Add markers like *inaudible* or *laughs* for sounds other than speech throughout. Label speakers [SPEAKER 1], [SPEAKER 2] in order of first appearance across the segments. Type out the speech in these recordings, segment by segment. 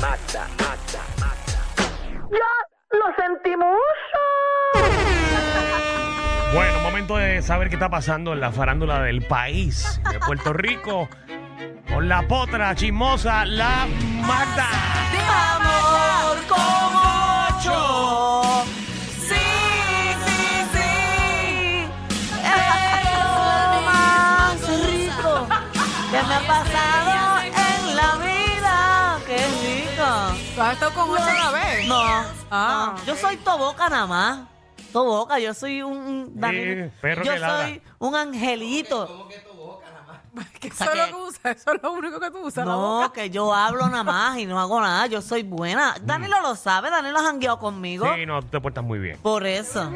[SPEAKER 1] mata, mata, mata.
[SPEAKER 2] ¡Ya lo sentimos!
[SPEAKER 3] Bueno, momento de saber qué está pasando en la farándula del país, de Puerto Rico, con la potra chismosa, la Magda.
[SPEAKER 4] amor como ocho. Sí, sí, sí. Es lo más rico que me ha pasado en la vida. Qué rico.
[SPEAKER 5] ¿Tú has estado con ocho a la vez?
[SPEAKER 4] No,
[SPEAKER 5] Ah.
[SPEAKER 4] no, yo soy toboca nada más. Toboca, yo soy un- un Danilo-
[SPEAKER 3] perro
[SPEAKER 4] yo
[SPEAKER 3] que ladra.
[SPEAKER 4] soy un angelito. *laughs*
[SPEAKER 5] Que
[SPEAKER 4] sea
[SPEAKER 5] solo
[SPEAKER 4] que-
[SPEAKER 5] tú usas, eso es lo único que tú usas. la
[SPEAKER 4] No,
[SPEAKER 5] boca.
[SPEAKER 4] que yo hablo nada más y no hago nada, yo soy buena. Danilo lo sabe, Danilo ha jangueado conmigo.
[SPEAKER 3] Sí, no, tú te portas muy bien.
[SPEAKER 4] Por eso.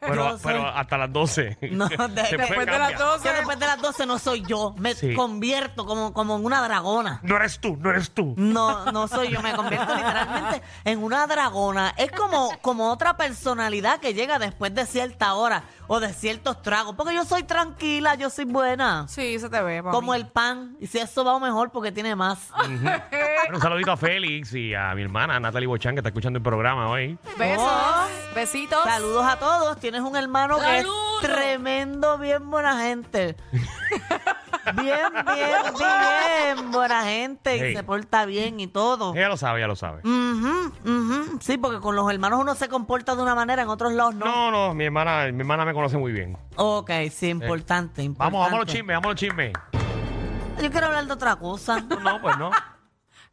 [SPEAKER 3] Pero,
[SPEAKER 4] Yo soy-
[SPEAKER 3] pero hasta las 12.
[SPEAKER 4] No, de-
[SPEAKER 5] Después de
[SPEAKER 3] cambia.
[SPEAKER 5] las 12.
[SPEAKER 4] Yo después de las 12 no soy yo. Me
[SPEAKER 3] Sí.
[SPEAKER 4] convierto como, como en una dragona.
[SPEAKER 3] *laughs* No eres tú, no eres tú.
[SPEAKER 4] No, no soy yo. Me convierto literalmente en una dragona. Es como, como otra personalidad que llega después de cierta hora o de ciertos tragos. Porque yo soy tranquila, yo soy buena.
[SPEAKER 5] Sí, se te ve. mami.
[SPEAKER 4] Como el pan. Y si eso va mejor porque tiene más.
[SPEAKER 3] Bueno, un saludito a Félix y a mi hermana Natalie Bochán, que está escuchando el programa hoy.
[SPEAKER 5] Besos.
[SPEAKER 4] Oh.
[SPEAKER 5] Besitos.
[SPEAKER 4] Saludos a todos. Tienes un hermano que es tremendo, bien buena gente. Bien, bien, bien buena gente.
[SPEAKER 3] Hey.
[SPEAKER 4] Y se porta bien y todo.
[SPEAKER 3] Ella lo sabe, ella lo sabe.
[SPEAKER 4] Ujú, ujú. Sí, porque con los hermanos uno se comporta de una manera, en otros lados no.
[SPEAKER 3] No, no, mi hermana, mi hermana me conoce muy bien.
[SPEAKER 4] Ok, sí, importante, importante.
[SPEAKER 3] Vamos, vamos a los chismes, vamos a los chismes.
[SPEAKER 4] Yo quiero hablar de otra
[SPEAKER 3] *laughs*
[SPEAKER 4] cosa.
[SPEAKER 3] No, pues no.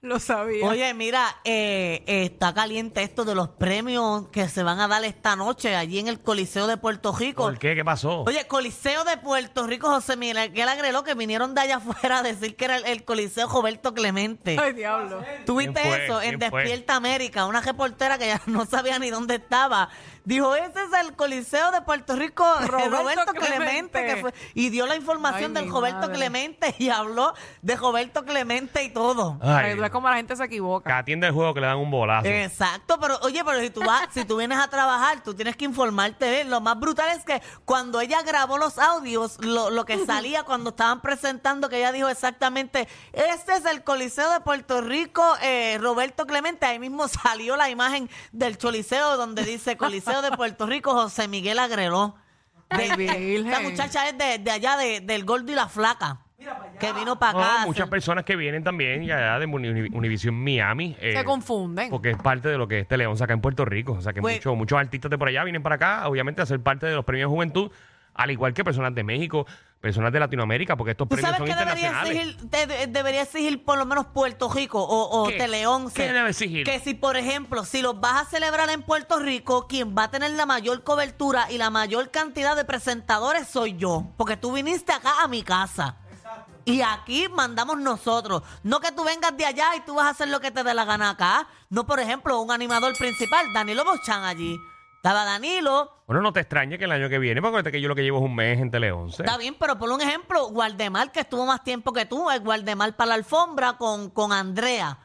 [SPEAKER 5] Lo sabía.
[SPEAKER 4] Oye, mira, eh, eh, está caliente esto de los premios que se van a dar esta noche allí en el Coliseo de Puerto Rico.
[SPEAKER 3] ¿Por qué? ¿Qué pasó?
[SPEAKER 4] Oye, Coliseo de Puerto Rico, José Miguel agregó que vinieron de allá *laughs* afuera a decir que era el, el Coliseo Roberto Clemente.
[SPEAKER 5] Ay, diablo.
[SPEAKER 4] ¿Tuviste
[SPEAKER 3] ¿Quién fue?
[SPEAKER 4] eso en
[SPEAKER 3] ¿Quién fue?
[SPEAKER 4] Despierta América? Una reportera que ya *laughs* no sabía ni dónde estaba. Dijo, ese es el Coliseo de Puerto
[SPEAKER 5] *laughs*
[SPEAKER 4] Rico, Roberto,
[SPEAKER 5] Roberto
[SPEAKER 4] Clemente.
[SPEAKER 5] Clemente.
[SPEAKER 4] que fue- y dio la información
[SPEAKER 5] Ay,
[SPEAKER 4] del
[SPEAKER 5] mi
[SPEAKER 4] Roberto
[SPEAKER 5] madre.
[SPEAKER 4] Clemente y habló de Roberto Clemente y todo.
[SPEAKER 5] Para que
[SPEAKER 3] Ay,
[SPEAKER 5] tú veas cómo la gente se equivoca.
[SPEAKER 3] que atiende el juego que le dan un bolazo.
[SPEAKER 4] Eh, Exacto, pero oye, pero si tú vas, si tú vienes a trabajar, tú tienes que informarte de él. Lo más brutal es que cuando ella grabó los audios, lo, lo que salía cuando estaban presentando, que ella dijo exactamente, este es el Coliseo de Puerto Rico, eh, Roberto Clemente, ahí mismo *laughs* salió la imagen del Choliseo donde dice Coliseo de Puerto Rico, José Miguel Agreló.
[SPEAKER 5] Ay, virgen.
[SPEAKER 4] La muchacha es de, de allá, de- del Gordo y la Flaca, que vino para
[SPEAKER 3] No,
[SPEAKER 4] acá. a
[SPEAKER 3] muchas
[SPEAKER 4] hacer-
[SPEAKER 3] personas que vienen también ya de Uni- Univision Miami. eh,
[SPEAKER 5] Se confunden.
[SPEAKER 3] Porque es parte de lo que este León saca en Puerto Rico. O sea que
[SPEAKER 4] Pues-
[SPEAKER 3] muchos, muchos artistas de por allá vienen para acá, obviamente, a ser parte de los premios Juventud, al igual que personas de México, personas de Latinoamérica, porque estos
[SPEAKER 4] ¿Tú
[SPEAKER 3] premios
[SPEAKER 4] sabes
[SPEAKER 3] son
[SPEAKER 4] que debería
[SPEAKER 3] internacionales.
[SPEAKER 4] exigir, de- de- debería exigir por lo menos Puerto Rico o, o
[SPEAKER 3] ¿Qué?
[SPEAKER 4] Tele 11?
[SPEAKER 3] ¿Qué debe exigir?
[SPEAKER 4] Que si, por ejemplo, si los vas a celebrar en Puerto Rico, quien va a tener la mayor cobertura y la mayor cantidad de presentadores soy yo. Porque tú viniste acá a mi casa. Y aquí mandamos nosotros. No que tú vengas de allá y tú vas a hacer lo que te dé la gana acá. No, por ejemplo, un animador principal, Danilo Bochán allí. Estaba Danilo,
[SPEAKER 3] Bueno, no te extrañe que el año que viene, porque acuérdate que yo lo que llevo es un mes en Tele 11.
[SPEAKER 4] Está bien, pero por un ejemplo, Guardemar, que estuvo más tiempo que tú, el Guardemar para la alfombra con, con Andrea.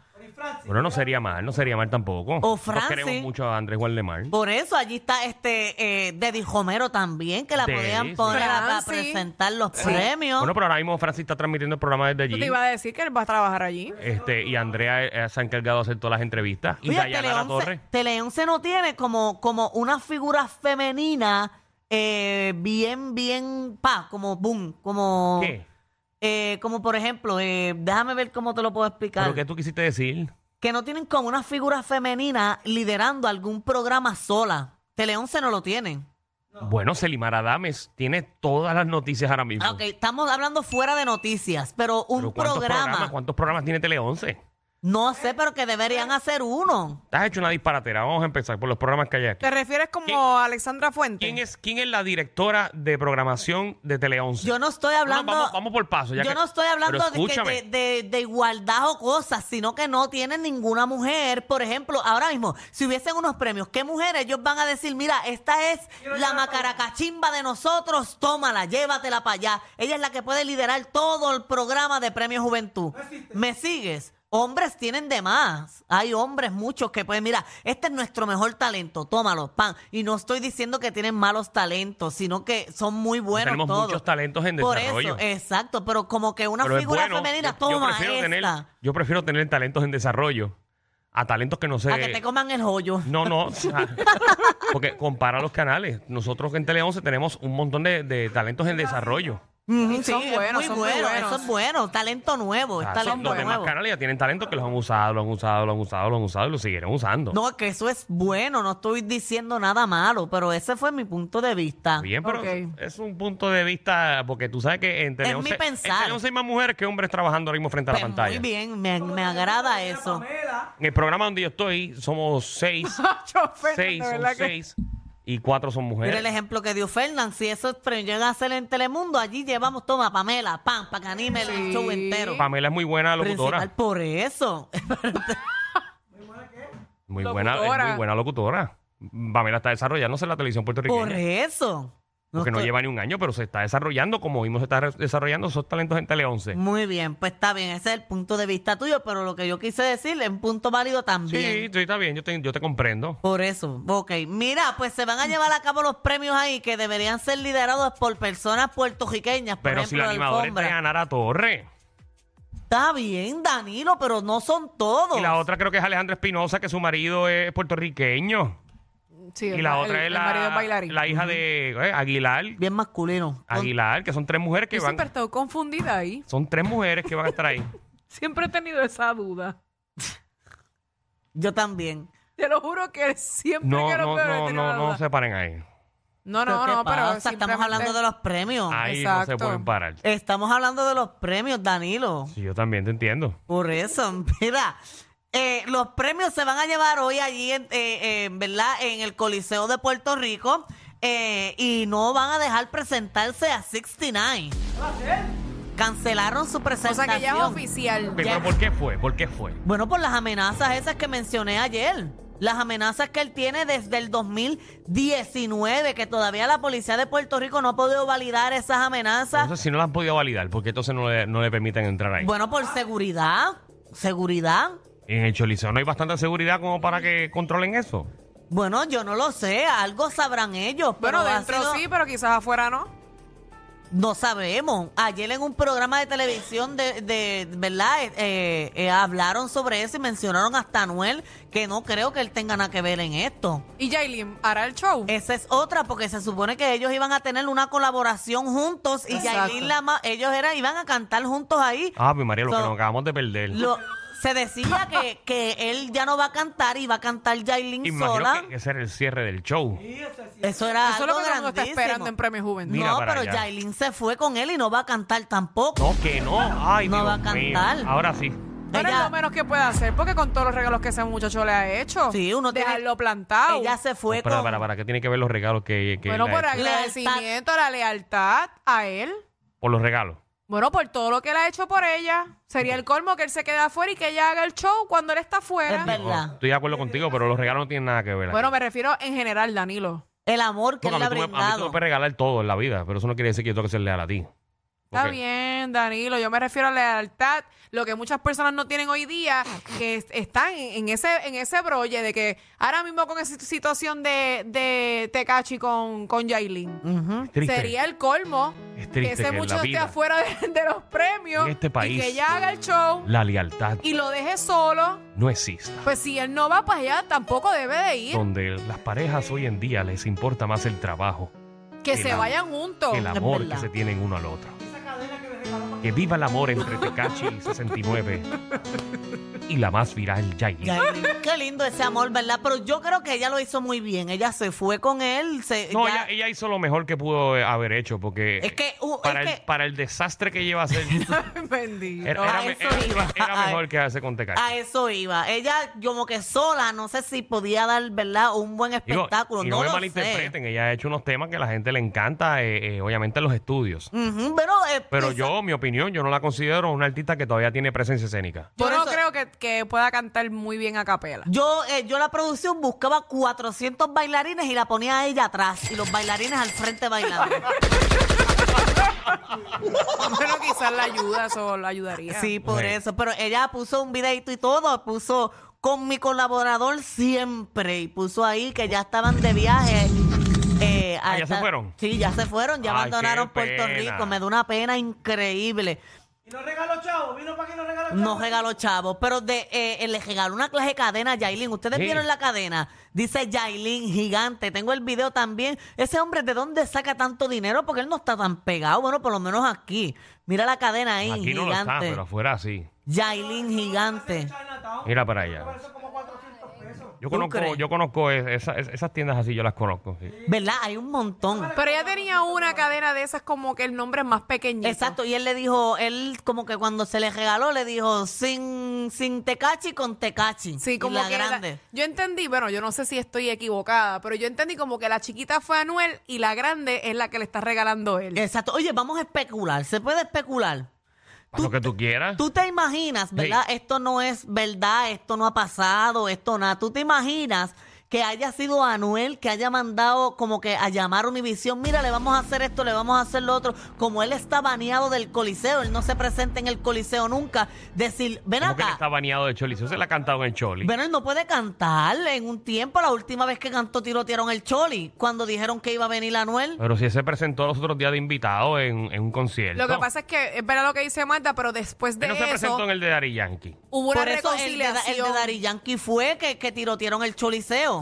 [SPEAKER 3] Bueno, no sería mal, no sería mal tampoco. Nosotros
[SPEAKER 4] Francis.
[SPEAKER 3] queremos mucho a Andrés Guardemar.
[SPEAKER 4] Por eso allí está este eh, Deddy Homero también, que la
[SPEAKER 3] Deddy, sí.
[SPEAKER 4] podían poner a- a,
[SPEAKER 5] Francis.
[SPEAKER 4] presentar los premios.
[SPEAKER 3] Bueno, pero ahora mismo Francis está transmitiendo el programa desde
[SPEAKER 5] Yo
[SPEAKER 3] allí.
[SPEAKER 5] te iba a decir que él va a trabajar allí.
[SPEAKER 3] Este, y Andrea eh, se ha encargado de hacer todas las entrevistas. Y
[SPEAKER 4] Oye,
[SPEAKER 3] Dayanara
[SPEAKER 4] Tele 11
[SPEAKER 3] Torres.
[SPEAKER 4] Tele 11 no tiene como, como una figura femenina eh, bien, bien, pa, como boom, como...
[SPEAKER 3] ¿Qué?
[SPEAKER 4] eh, como por ejemplo, eh, déjame ver cómo te lo puedo explicar.
[SPEAKER 3] ¿Pero qué tú quisiste decir?
[SPEAKER 4] que no tienen como una figura femenina liderando algún programa sola. Tele 11 no lo tienen.
[SPEAKER 3] Bueno, Selimar Adames tiene todas las noticias ahora mismo.
[SPEAKER 4] Ah, ok, estamos hablando fuera de noticias, pero un
[SPEAKER 3] pues. Pero ¿cuántos programas-
[SPEAKER 4] programa.
[SPEAKER 3] ¿Cuántos programas tiene Tele 11?
[SPEAKER 4] No sé, pero que deberían hacer uno.
[SPEAKER 3] Te has hecho una disparatera. Vamos a empezar por los programas que hay aquí.
[SPEAKER 5] ¿Te refieres como
[SPEAKER 3] ¿Quién-
[SPEAKER 5] a Alexandra Fuente? *laughs*
[SPEAKER 3] ¿Quién es, quién es la directora de programación de Tele 11?
[SPEAKER 4] Yo no estoy hablando.
[SPEAKER 3] vamos, vamos por paso. ya
[SPEAKER 4] yo
[SPEAKER 3] que-
[SPEAKER 4] no estoy hablando de,
[SPEAKER 3] Pero
[SPEAKER 4] que- de,
[SPEAKER 3] escúchame.
[SPEAKER 4] de- de igualdad o cosas, sino que no tienen ninguna mujer. Por ejemplo, ahora mismo, si hubiesen unos premios, ¿qué mujer? Ellos van a decir, mira, esta es la macaracachimba de nosotros, tómala, llévatela para allá. Ella es la que puede liderar todo el programa de Premio Juventud. ¿Me sigues? Hombres tienen de más. Hay hombres muchos que pues mira, este es nuestro mejor talento, tómalo, pan. Y no estoy diciendo que tienen malos talentos, sino que son muy buenos
[SPEAKER 3] Tenemos
[SPEAKER 4] todos.
[SPEAKER 3] muchos talentos en
[SPEAKER 4] Por eso,
[SPEAKER 3] desarrollo.
[SPEAKER 4] exacto, pero como que una
[SPEAKER 3] Pero es
[SPEAKER 4] figura
[SPEAKER 3] bueno.
[SPEAKER 4] femenina,
[SPEAKER 3] Yo- yo
[SPEAKER 4] toma
[SPEAKER 3] prefiero
[SPEAKER 4] esta.
[SPEAKER 3] tener- yo prefiero tener talentos en desarrollo a talentos que no se...
[SPEAKER 4] A que te coman el joyo.
[SPEAKER 3] No, no. o sea, porque compara los canales. Nosotros en Tele 11 tenemos un montón de, de talentos en desarrollo.
[SPEAKER 4] Ujú,
[SPEAKER 5] son
[SPEAKER 4] es
[SPEAKER 5] buenos,
[SPEAKER 4] muy
[SPEAKER 5] son muy
[SPEAKER 4] bueno,
[SPEAKER 5] buenos.
[SPEAKER 4] Eso es bueno, talento nuevo,
[SPEAKER 3] O
[SPEAKER 4] es
[SPEAKER 3] sea,
[SPEAKER 4] talento
[SPEAKER 3] Ah, los demás
[SPEAKER 4] nuevo.
[SPEAKER 3] canales ya tienen talentos que los han usado, los han usado, los han usado, los han usado y los siguieron usando.
[SPEAKER 4] No, que eso es bueno, no estoy diciendo nada malo, pero ese fue mi punto de vista.
[SPEAKER 3] Bien, pero
[SPEAKER 5] Ok.
[SPEAKER 3] es un punto de vista porque tú sabes que en Tele
[SPEAKER 4] Es mi
[SPEAKER 3] 11 en
[SPEAKER 4] pensar.
[SPEAKER 3] Tele 11 hay más mujeres que hombres trabajando ahora mismo frente a la
[SPEAKER 4] Pues
[SPEAKER 3] pantalla.
[SPEAKER 4] muy bien, me, me agrada eso.
[SPEAKER 3] En el programa donde yo estoy somos
[SPEAKER 5] *laughs*
[SPEAKER 3] seis,
[SPEAKER 5] Chofer,
[SPEAKER 3] seis,
[SPEAKER 5] de
[SPEAKER 3] son
[SPEAKER 5] verdad que...
[SPEAKER 3] seis y cuatro son mujeres.
[SPEAKER 4] Mira el ejemplo que dio Fernán, si eso es- pero llega a hacer en Telemundo, allí llevamos, toma, Pamela, pam, para que anime el
[SPEAKER 5] Sí.
[SPEAKER 4] show entero.
[SPEAKER 3] Pamela es muy buena locutora.
[SPEAKER 4] Principal por eso. *laughs*
[SPEAKER 3] Muy buena, es
[SPEAKER 5] Locutora.
[SPEAKER 3] muy buena locutora. Pamela está desarrollándose en la televisión puertorriqueña.
[SPEAKER 4] por eso. No
[SPEAKER 3] Porque no
[SPEAKER 4] estoy-
[SPEAKER 3] lleva ni un año, pero se está desarrollando, como vimos, se está re- desarrollando esos talentos en Tele 11.
[SPEAKER 4] Muy bien, pues está bien, ese es el punto de vista tuyo, pero lo que yo quise decir es un punto válido
[SPEAKER 3] Sí,
[SPEAKER 4] también.
[SPEAKER 3] sí, está bien, yo te, yo te comprendo.
[SPEAKER 4] Por eso, ok. Mira, pues se van a llevar a cabo los premios ahí que deberían ser liderados por personas puertorriqueñas. Por
[SPEAKER 3] Pero
[SPEAKER 4] ejemplo,
[SPEAKER 3] si la
[SPEAKER 4] la
[SPEAKER 3] animadora es
[SPEAKER 4] alfombra.
[SPEAKER 3] Dayanara Torre.
[SPEAKER 4] Está bien, Danilo, pero no son todos.
[SPEAKER 3] Y
[SPEAKER 5] Oh.
[SPEAKER 3] la otra creo que es Alejandra Espinosa, que su marido es puertorriqueño.
[SPEAKER 5] Sí,
[SPEAKER 3] y
[SPEAKER 5] el-
[SPEAKER 3] la otra
[SPEAKER 5] el-
[SPEAKER 3] es
[SPEAKER 5] El marido
[SPEAKER 3] la,
[SPEAKER 5] es bailarín.
[SPEAKER 3] la hija de eh, Aguilar.
[SPEAKER 4] Bien masculino.
[SPEAKER 3] Aguilar, que son tres mujeres que
[SPEAKER 5] Yo
[SPEAKER 3] van.
[SPEAKER 5] siempre he estado confundida ahí.
[SPEAKER 3] Son tres mujeres que van a estar
[SPEAKER 5] *laughs*
[SPEAKER 3] ahí.
[SPEAKER 5] Siempre he tenido esa duda.
[SPEAKER 4] Yo también.
[SPEAKER 5] Te lo juro que siempre
[SPEAKER 3] No,
[SPEAKER 5] que
[SPEAKER 3] no,
[SPEAKER 5] lo veo he
[SPEAKER 3] no,
[SPEAKER 5] tenido
[SPEAKER 3] no,
[SPEAKER 5] la
[SPEAKER 3] no
[SPEAKER 5] duda.
[SPEAKER 3] se paren ahí.
[SPEAKER 5] No,
[SPEAKER 4] ¿Pero
[SPEAKER 5] no,
[SPEAKER 4] qué
[SPEAKER 5] no, pero
[SPEAKER 4] pasa? Estamos hablando de los premios.
[SPEAKER 3] Ahí no se
[SPEAKER 5] Exacto.
[SPEAKER 3] pueden parar.
[SPEAKER 4] Estamos hablando de los premios, Danilo.
[SPEAKER 3] Sí, yo también te entiendo.
[SPEAKER 4] Por eso, *laughs* mira, eh, los premios se van a llevar hoy allí, en, eh, eh, ¿verdad? En el Coliseo de Puerto Rico eh, y no van a dejar presentarse a 69. Cancelaron su
[SPEAKER 5] O sea
[SPEAKER 4] presentación.
[SPEAKER 5] que ya es oficial.
[SPEAKER 3] Pero ¿por qué fue? ¿Por qué fue?
[SPEAKER 4] Bueno, por las amenazas esas que mencioné ayer. Las amenazas que él tiene desde el 2019, que todavía la policía de Puerto Rico no ha podido validar esas amenazas.
[SPEAKER 3] Entonces, si no la han podido validar, porque entonces no le, no le permiten entrar ahí?
[SPEAKER 4] Bueno, por seguridad, seguridad.
[SPEAKER 3] En el Choliseo no hay bastante seguridad como para que controlen eso.
[SPEAKER 4] Bueno, yo no lo sé, algo sabrán ellos.
[SPEAKER 5] Bueno,
[SPEAKER 4] pero ha
[SPEAKER 5] dentro
[SPEAKER 4] sido-
[SPEAKER 5] sí, pero quizás afuera no.
[SPEAKER 4] No sabemos. Ayer en un programa de televisión de, de- ¿verdad? Eh, eh, eh, hablaron sobre eso y mencionaron hasta a Anuel, que no creo que él tenga nada que ver en esto.
[SPEAKER 5] Y Jailin hará el show.
[SPEAKER 4] Esa es otra, porque se supone que ellos iban a tener una colaboración juntos y
[SPEAKER 5] Exacto.
[SPEAKER 4] Yailin Lama, ellos eran, iban a cantar juntos ahí.
[SPEAKER 3] Ah, mi María, lo que
[SPEAKER 4] So-
[SPEAKER 3] nos acabamos de perder.
[SPEAKER 4] Lo- se decía que, que él ya no va a cantar y va a cantar Yailin sola.
[SPEAKER 3] Imagino que ese era el cierre del show.
[SPEAKER 4] Eso era
[SPEAKER 5] Eso
[SPEAKER 4] algo
[SPEAKER 5] es lo que todo el mundo está
[SPEAKER 4] grandísimo.
[SPEAKER 5] esperando en Premio Juventud.
[SPEAKER 3] Mira
[SPEAKER 4] no,
[SPEAKER 3] para
[SPEAKER 4] pero
[SPEAKER 3] allá.
[SPEAKER 4] Yailin se fue con él y no va a cantar tampoco.
[SPEAKER 3] No, que no. Ay,
[SPEAKER 4] No
[SPEAKER 3] Dios
[SPEAKER 4] va a
[SPEAKER 3] mío.
[SPEAKER 4] cantar.
[SPEAKER 3] Ahora sí.
[SPEAKER 5] Pero es
[SPEAKER 4] Ella-
[SPEAKER 5] lo menos que puede hacer, porque con todos los regalos que ese muchacho le ha hecho,
[SPEAKER 4] Sí, uno tiene-
[SPEAKER 5] dejarlo plantado.
[SPEAKER 4] Ella se fue
[SPEAKER 3] No, para,
[SPEAKER 4] con...
[SPEAKER 3] para, para, ¿qué tiene que ver los regalos que, que
[SPEAKER 5] Bueno,
[SPEAKER 3] él ha
[SPEAKER 5] por
[SPEAKER 3] hecho?
[SPEAKER 5] agradecimiento, la lealtad a él.
[SPEAKER 3] Por los regalos.
[SPEAKER 5] Bueno, por todo lo que él ha hecho por ella. Sería el colmo que él se quede afuera y que ella haga el show cuando él está
[SPEAKER 4] Es
[SPEAKER 5] afuera.
[SPEAKER 4] verdad.
[SPEAKER 3] Oh, estoy de acuerdo contigo, pero los regalos no tienen nada que ver. aquí.
[SPEAKER 5] Bueno, me refiero en general, Danilo.
[SPEAKER 4] El amor que
[SPEAKER 3] Porque
[SPEAKER 4] él le ha
[SPEAKER 3] a, mí tú me, a mí tú me
[SPEAKER 4] brindado.
[SPEAKER 3] puedes regalar todo en la vida, pero eso no quiere decir que yo tengo que ser leal a ti.
[SPEAKER 5] Está
[SPEAKER 3] Porque-
[SPEAKER 5] bien, Danilo. Yo me refiero a lealtad, lo que muchas personas no tienen hoy día, que es- están en, en ese en ese brolle de que ahora mismo con esa situación de, de Tecachi con, con Yailin,
[SPEAKER 4] Ujú.
[SPEAKER 3] Es triste.
[SPEAKER 5] sería el colmo
[SPEAKER 3] Es
[SPEAKER 5] que
[SPEAKER 3] triste
[SPEAKER 5] ese
[SPEAKER 3] que en la
[SPEAKER 5] muchacho esté
[SPEAKER 3] vida
[SPEAKER 5] afuera de, de los premios
[SPEAKER 3] En este
[SPEAKER 5] y
[SPEAKER 3] país.
[SPEAKER 5] que ella haga el show
[SPEAKER 3] la lealtad
[SPEAKER 5] y lo deje solo.
[SPEAKER 3] no existe.
[SPEAKER 5] Pues si él no va, pues ella tampoco debe de ir.
[SPEAKER 3] Donde las parejas hoy en día les importa más el trabajo
[SPEAKER 5] Que
[SPEAKER 3] el
[SPEAKER 5] se
[SPEAKER 3] amor.
[SPEAKER 5] vayan juntos.
[SPEAKER 3] el
[SPEAKER 4] Es
[SPEAKER 3] amor que
[SPEAKER 4] verdad.
[SPEAKER 3] se tienen uno al otro. Que viva el amor entre Tecachi y 69 y la más viral Yailin.
[SPEAKER 4] Yailin, Qué lindo ese amor, ¿verdad? Pero yo creo que ella lo hizo muy bien. Ella se fue con él. se-
[SPEAKER 3] No,
[SPEAKER 4] ya-
[SPEAKER 3] ella, eh, ella hizo lo mejor que pudo eh, haber hecho porque
[SPEAKER 4] Es que, uh,
[SPEAKER 3] para,
[SPEAKER 4] es
[SPEAKER 3] el,
[SPEAKER 4] que-
[SPEAKER 3] para el desastre que lleva
[SPEAKER 4] *laughs*
[SPEAKER 3] a ser
[SPEAKER 5] *laughs* Bendito.
[SPEAKER 3] era, era
[SPEAKER 4] A
[SPEAKER 3] me-
[SPEAKER 4] eso
[SPEAKER 3] era-
[SPEAKER 4] iba.
[SPEAKER 3] era
[SPEAKER 4] A- e
[SPEAKER 3] mejor que hace con Tecachi.
[SPEAKER 4] A eso iba. Ella como que sola, no sé si podía dar, ¿verdad? Un buen
[SPEAKER 3] Digo,
[SPEAKER 4] espectáculo.
[SPEAKER 3] y
[SPEAKER 4] no
[SPEAKER 3] no, me
[SPEAKER 4] lo
[SPEAKER 3] malinterpreten, ella ha hecho unos temas que a la gente le encanta, eh, eh, obviamente en los estudios.
[SPEAKER 4] sé. Ujú, pero eh,
[SPEAKER 3] Pero
[SPEAKER 4] esa-
[SPEAKER 3] yo, mi opinión, yo no la considero una artista que todavía tiene presencia escénica.
[SPEAKER 5] Yo
[SPEAKER 4] por
[SPEAKER 5] no
[SPEAKER 4] eso-
[SPEAKER 5] creo que, que pueda cantar muy bien a capela. *laughs*
[SPEAKER 4] Yo, eh, yo la producción buscaba 400 bailarines y la ponía a ella atrás y los bailarines al frente bailando.
[SPEAKER 5] Bueno, quizás la ayuda, eso la ayudaría.
[SPEAKER 4] Sí, por
[SPEAKER 3] Ok.
[SPEAKER 4] eso. Pero ella puso un videito y todo, puso con mi colaborador siempre. Y puso ahí que ya estaban de viaje. eh, a
[SPEAKER 3] Ah, ¿ya se fueron?
[SPEAKER 4] Sí, ya se fueron, ya
[SPEAKER 3] Ay,
[SPEAKER 4] abandonaron
[SPEAKER 3] qué
[SPEAKER 4] Puerto
[SPEAKER 3] pena.
[SPEAKER 4] Rico. Me da una pena increíble.
[SPEAKER 6] Y no regaló chavo, vino para que no regaló chavo.
[SPEAKER 4] No regaló chavos, pero de, eh, eh, le regaló una clase de cadena a Yailin. Ustedes
[SPEAKER 3] Sí.
[SPEAKER 4] vieron la cadena. Dice Yailin, gigante. Tengo el video también. Ese hombre, ¿de dónde saca tanto dinero? Porque él no está tan pegado. Bueno, por lo menos aquí. Mira la cadena ahí,
[SPEAKER 3] Aquí no lo
[SPEAKER 4] gigante.
[SPEAKER 3] está, pero afuera sí.
[SPEAKER 4] Yailin, gigante.
[SPEAKER 3] Mira para allá.
[SPEAKER 4] ¿Tú
[SPEAKER 3] Yo conozco,
[SPEAKER 4] crees?
[SPEAKER 3] yo conozco es- esa- es- esas tiendas así, yo las conozco. sí.
[SPEAKER 4] ¿Verdad? Hay un montón.
[SPEAKER 5] Pero ella tenía una cadena de esas como que el nombre es más pequeñito.
[SPEAKER 4] Exacto, y él le dijo, él como que cuando se le regaló, le dijo sin, sin tecachi con tecachi.
[SPEAKER 5] Sí, como
[SPEAKER 4] y la
[SPEAKER 5] que la-
[SPEAKER 4] grande.
[SPEAKER 5] yo entendí, bueno, yo no sé si estoy equivocada, pero yo entendí como que la chiquita fue Anuel y la grande es la que le está regalando él.
[SPEAKER 4] Exacto. Oye, vamos a especular. ¿Se puede especular?
[SPEAKER 3] Para lo que tú quieras.
[SPEAKER 4] Tú te imaginas, ¿verdad? Esto no es verdad, esto no ha pasado, esto nada. Tú te imaginas que haya sido Anuel que haya mandado como que a llamar a Univisión, mira, le vamos a hacer esto, le vamos a hacer lo otro. Como él está baneado del Coliseo, él no se presenta en el Coliseo nunca. Decir, ven
[SPEAKER 3] Como que él
[SPEAKER 4] acá.
[SPEAKER 3] está baneado de Choli. Eso se la ha cantado en Choli.
[SPEAKER 4] Bueno, él no puede cantar. En un tiempo, la última vez que cantó tirotearon el Choli, cuando dijeron que iba a venir Anuel.
[SPEAKER 3] Pero si él se presentó los otros días de invitado en, en un concierto.
[SPEAKER 5] Lo que pasa es que es verdad lo que dice Marta, pero después de
[SPEAKER 3] Él no se
[SPEAKER 5] eso
[SPEAKER 3] presentó en el de Dari Yankee.
[SPEAKER 5] hubo una
[SPEAKER 4] Por eso el de, Da-
[SPEAKER 5] reconciliación.
[SPEAKER 4] el de Daddy Yankee fue que, que tirotearon el Choliseo.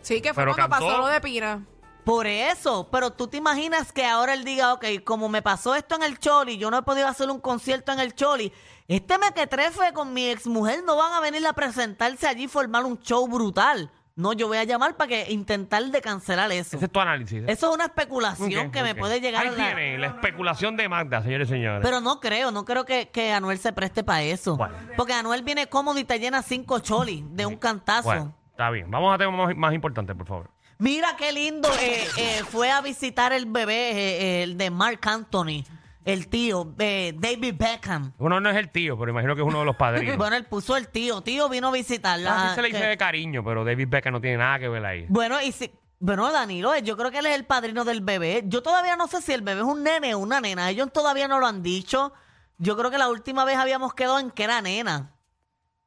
[SPEAKER 5] sí, que fue
[SPEAKER 3] Pero
[SPEAKER 5] cuando pasó
[SPEAKER 3] cantó.
[SPEAKER 5] lo de Pina.
[SPEAKER 4] Por eso, pero tú te imaginas que ahora él diga, ok, como me pasó esto en el Choli, yo no he podido hacer un concierto en el Choli, este mequetrefe con mi exmujer no van a venir a presentarse allí y formar un show brutal. No, yo voy a llamar para que intentar de cancelar eso.
[SPEAKER 3] Ese es tu análisis.
[SPEAKER 4] Eso es una
[SPEAKER 3] Ok,
[SPEAKER 4] especulación que me
[SPEAKER 3] ok.
[SPEAKER 4] puede llegar
[SPEAKER 3] Ahí
[SPEAKER 4] a la-
[SPEAKER 3] tienen, la especulación de Magda, señores y señores.
[SPEAKER 4] Pero no creo, no creo que, que Anuel se preste para eso.
[SPEAKER 3] Bueno.
[SPEAKER 4] Porque Anuel viene cómodo y te llena cinco cholis de un cantazo.
[SPEAKER 3] Bueno, está bien. Vamos a temas más, más importantes, por favor.
[SPEAKER 4] Mira qué lindo. eh, eh, fue a visitar el bebé, eh, eh, el de Mark Anthony, el tío, eh, David Beckham.
[SPEAKER 3] Uno no es el tío, pero imagino que es uno de los
[SPEAKER 4] *laughs*
[SPEAKER 3] padrinos.
[SPEAKER 4] Bueno, él puso el tío. Tío vino a visitarla.
[SPEAKER 3] Así Ah, se le dice
[SPEAKER 4] que-
[SPEAKER 3] de cariño, pero David Beckham no tiene nada que ver ahí.
[SPEAKER 4] Bueno, y si, bueno, Danilo, eh, yo creo que él es el padrino del bebé. Yo todavía no sé si el bebé es un nene o una nena. Ellos todavía no lo han dicho. Yo creo que la última vez habíamos quedado en que era nena.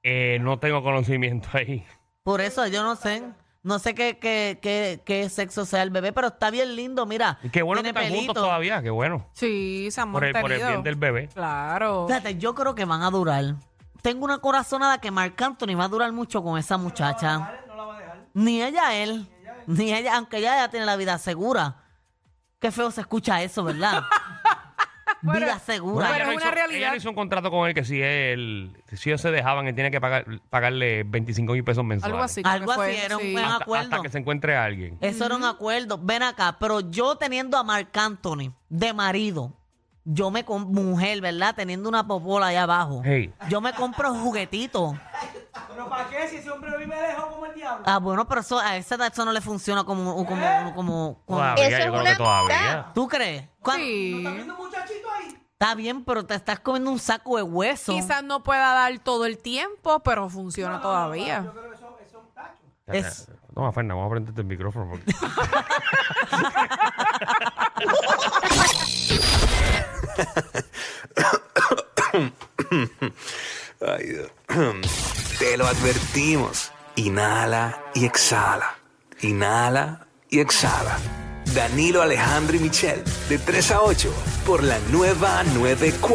[SPEAKER 3] Eh, no tengo conocimiento ahí.
[SPEAKER 4] Por eso yo no sé. No sé qué, qué, qué, qué sexo sea el bebé, pero está bien lindo, mira.
[SPEAKER 3] Y qué bueno que
[SPEAKER 4] Tiene
[SPEAKER 3] están juntos
[SPEAKER 4] pelito.
[SPEAKER 3] todavía, qué bueno.
[SPEAKER 5] Sí, se han
[SPEAKER 3] Por el, por el
[SPEAKER 5] mantenido.
[SPEAKER 3] bien del bebé.
[SPEAKER 5] Claro.
[SPEAKER 4] Fíjate, yo creo que van a durar. Tengo una corazonada que Marc Anthony va a durar mucho con esa muchacha. Ni ella él. Ni ella, aunque ella ya tiene la vida segura. Qué feo se escucha eso, ¿verdad? vida segura.
[SPEAKER 5] *laughs* Bueno,
[SPEAKER 3] ella no
[SPEAKER 5] es una
[SPEAKER 3] hizo-
[SPEAKER 5] realidad.
[SPEAKER 3] ella no hizo un contrato con él que si él, si ellos se dejaban, él tiene que pagar, pagarle 25 mil pesos mensuales.
[SPEAKER 5] Algo así. creo
[SPEAKER 4] Algo
[SPEAKER 5] que fue,
[SPEAKER 4] así, era un
[SPEAKER 5] sí.
[SPEAKER 4] buen
[SPEAKER 5] Hasta-
[SPEAKER 3] Hasta,
[SPEAKER 4] acuerdo.
[SPEAKER 3] hasta que se encuentre alguien.
[SPEAKER 4] Eso era un acuerdo. Ven acá, pero yo teniendo a Marc Anthony de marido, yo me con mujer, ¿verdad? Teniendo una popola allá abajo.
[SPEAKER 3] Hey.
[SPEAKER 4] Yo me compro juguetitos.
[SPEAKER 6] Pero ¿para qué? Si ese hombre vive lejos como el diablo.
[SPEAKER 4] Ah, bueno, pero eso, a esa edad eso no le funciona como, como, como, como-
[SPEAKER 3] Todavía,
[SPEAKER 7] Eso es
[SPEAKER 3] yo creo
[SPEAKER 7] una
[SPEAKER 3] que todavía.
[SPEAKER 7] amistad.
[SPEAKER 4] ¿Tú crees? ¿Cuán-
[SPEAKER 5] Sí.
[SPEAKER 6] Viendo un muchachito ahí.
[SPEAKER 4] Está bien, pero te estás comiendo un saco de hueso.
[SPEAKER 5] Quizás no pueda dar todo el tiempo, pero funciona todavía.
[SPEAKER 4] Es-
[SPEAKER 3] No, Fernanda, vamos a prenderte el micrófono. porque-
[SPEAKER 8] Ay, Dios. *clears throat* Te lo advertimos. Inhala y exhala. Inhala y exhala. Danilo Alejandro y Michel, de 3 a 8, por la nueva 94.